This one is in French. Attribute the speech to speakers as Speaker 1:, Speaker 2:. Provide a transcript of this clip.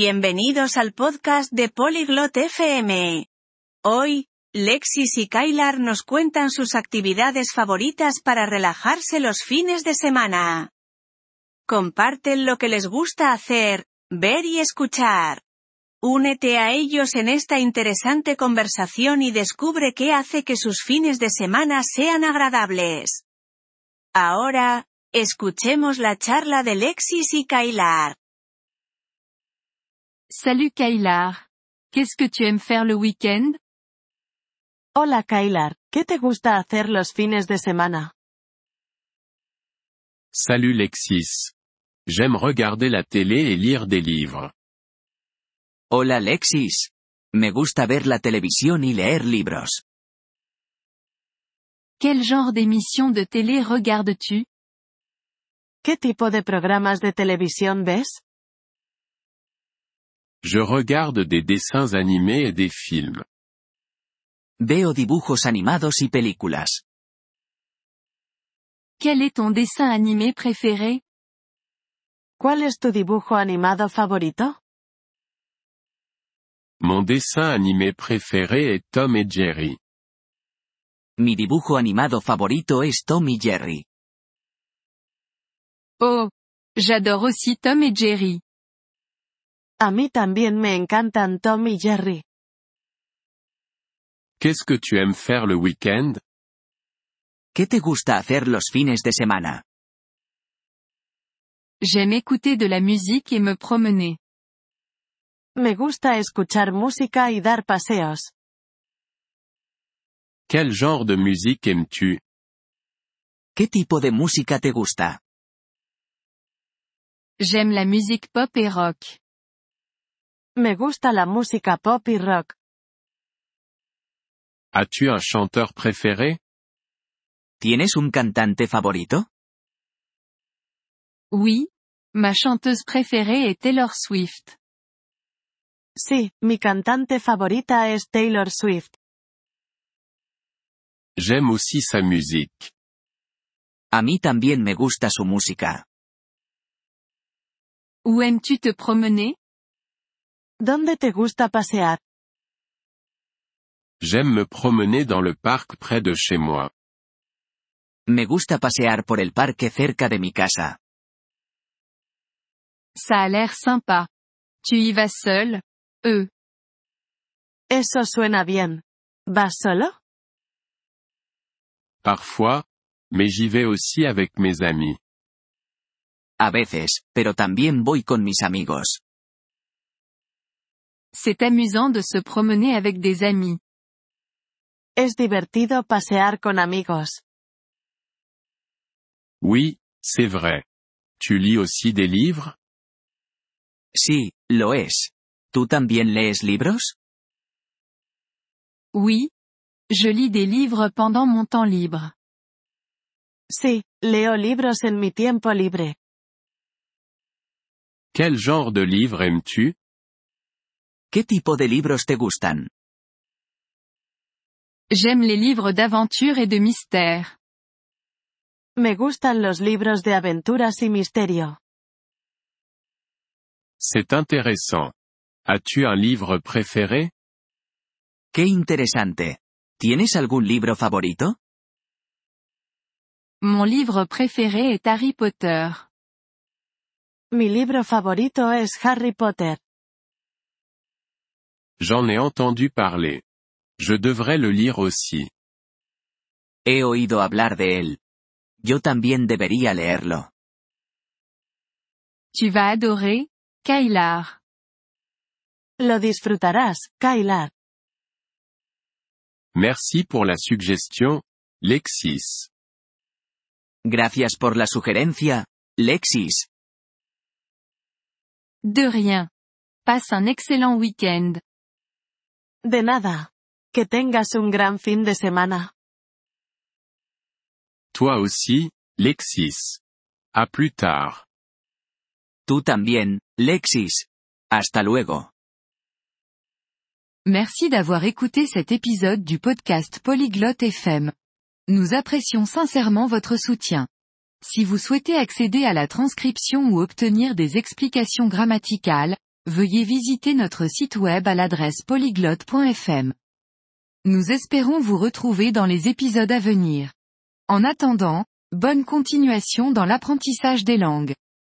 Speaker 1: Bienvenidos al podcast de Polyglot FM. Hoy, Lexis y Kylar nos cuentan sus actividades favoritas para relajarse los fines de semana. Comparten lo que les gusta hacer, ver y escuchar. Únete a ellos en esta interesante conversación y descubre qué hace que sus fines de semana sean agradables. Ahora, escuchemos la charla de Lexis y Kylar.
Speaker 2: Salut Kailar. Qu'est-ce que tu aimes faire le week-end?
Speaker 3: Hola Kailar, ¿qué te gusta hacer los fines de semana?
Speaker 4: Salut Lexis. J'aime regarder la télé et lire des livres.
Speaker 5: Hola Lexis. Me gusta ver la televisión y leer libros.
Speaker 2: Quel genre d'émission de télé regardes-tu?
Speaker 3: ¿Qué tipo de programas de televisión ves?
Speaker 4: Je regarde des dessins animés et des films.
Speaker 5: Veo dibujos animados y películas.
Speaker 2: Quel est ton dessin animé préféré?
Speaker 3: ¿Cuál es tu dibujo animado favorito?
Speaker 4: Mon dessin animé préféré est Tom et Jerry.
Speaker 5: Mi dibujo animado favorito es Tom y Jerry.
Speaker 2: Oh, j'adore aussi Tom et Jerry.
Speaker 3: A mí también me encantan Tom y Jerry.
Speaker 4: Qu'est-ce que tu aimes faire le week-end?
Speaker 5: ¿Qué te gusta hacer los fines de semana?
Speaker 2: J'aime écouter de la musique et me promener.
Speaker 3: Me gusta escuchar música y dar paseos.
Speaker 4: Quel genre de musique aimes-tu?
Speaker 5: ¿Qué tipo de música te gusta?
Speaker 2: J'aime la musique pop et rock.
Speaker 3: Me gusta la música pop y rock.
Speaker 4: As-tu un chanteur préféré?
Speaker 5: ¿Tienes un cantante favorito?
Speaker 2: Oui, ma chanteuse préférée est Taylor Swift.
Speaker 3: Sí, mi cantante favorita es Taylor Swift.
Speaker 4: J'aime aussi sa musique.
Speaker 5: A mí también me gusta su música.
Speaker 2: Où aimes-tu te promener?
Speaker 3: ¿Dónde te gusta pasear?
Speaker 4: J'aime me promener dans le parc près de chez moi.
Speaker 5: Me gusta pasear por el parque cerca de mi casa.
Speaker 2: Ça a l'air sympa. Tu y vas seul? Euh.
Speaker 3: Eso suena bien. ¿Vas solo?
Speaker 4: Parfois, mais j'y vais aussi avec mes amis.
Speaker 5: A veces, pero también voy con mis amigos.
Speaker 2: C'est amusant de se promener avec des amis.
Speaker 3: Es divertido pasear con amigos.
Speaker 4: Oui, c'est vrai. Tu lis aussi des livres?
Speaker 5: Sí, lo es. ¿Tú también lees libros?
Speaker 2: Oui. Je lis des livres pendant mon temps libre.
Speaker 3: Sí, leo libros en mi tiempo libre.
Speaker 4: Quel genre de livre aimes-tu?
Speaker 5: ¿Qué tipo de libros te gustan?
Speaker 2: J'aime les livres d'aventure et de mystère.
Speaker 3: Me gustan los libros de aventuras y misterio.
Speaker 4: C'est intéressant. As-tu un livre préféré?
Speaker 5: Qué interesante. ¿Tienes algún libro favorito?
Speaker 2: Mon livre préféré est Harry Potter.
Speaker 3: Mi libro favorito es Harry Potter.
Speaker 4: J'en ai entendu parler. Je devrais le lire aussi.
Speaker 5: He oído hablar de él. Yo también debería leerlo.
Speaker 2: Tu vas adorer, Kailar.
Speaker 3: Lo disfrutarás, Kailar.
Speaker 4: Merci pour la suggestion, Lexis.
Speaker 5: Gracias por la sugerencia, Lexis.
Speaker 2: De rien. Passe un excellent week-end.
Speaker 3: De nada. Que tengas un gran fin de semana.
Speaker 4: Toi aussi, Lexis. À plus tard.
Speaker 5: Tú también, Lexis. Hasta luego.
Speaker 2: Merci d'avoir écouté cet épisode du podcast Polyglotte FM. Nous apprécions sincèrement votre soutien. Si vous souhaitez accéder à la transcription ou obtenir des explications grammaticales, Veuillez visiter notre site web à l'adresse polyglotte.fm. Nous espérons vous retrouver dans les épisodes à venir. En attendant, bonne continuation dans l'apprentissage des langues.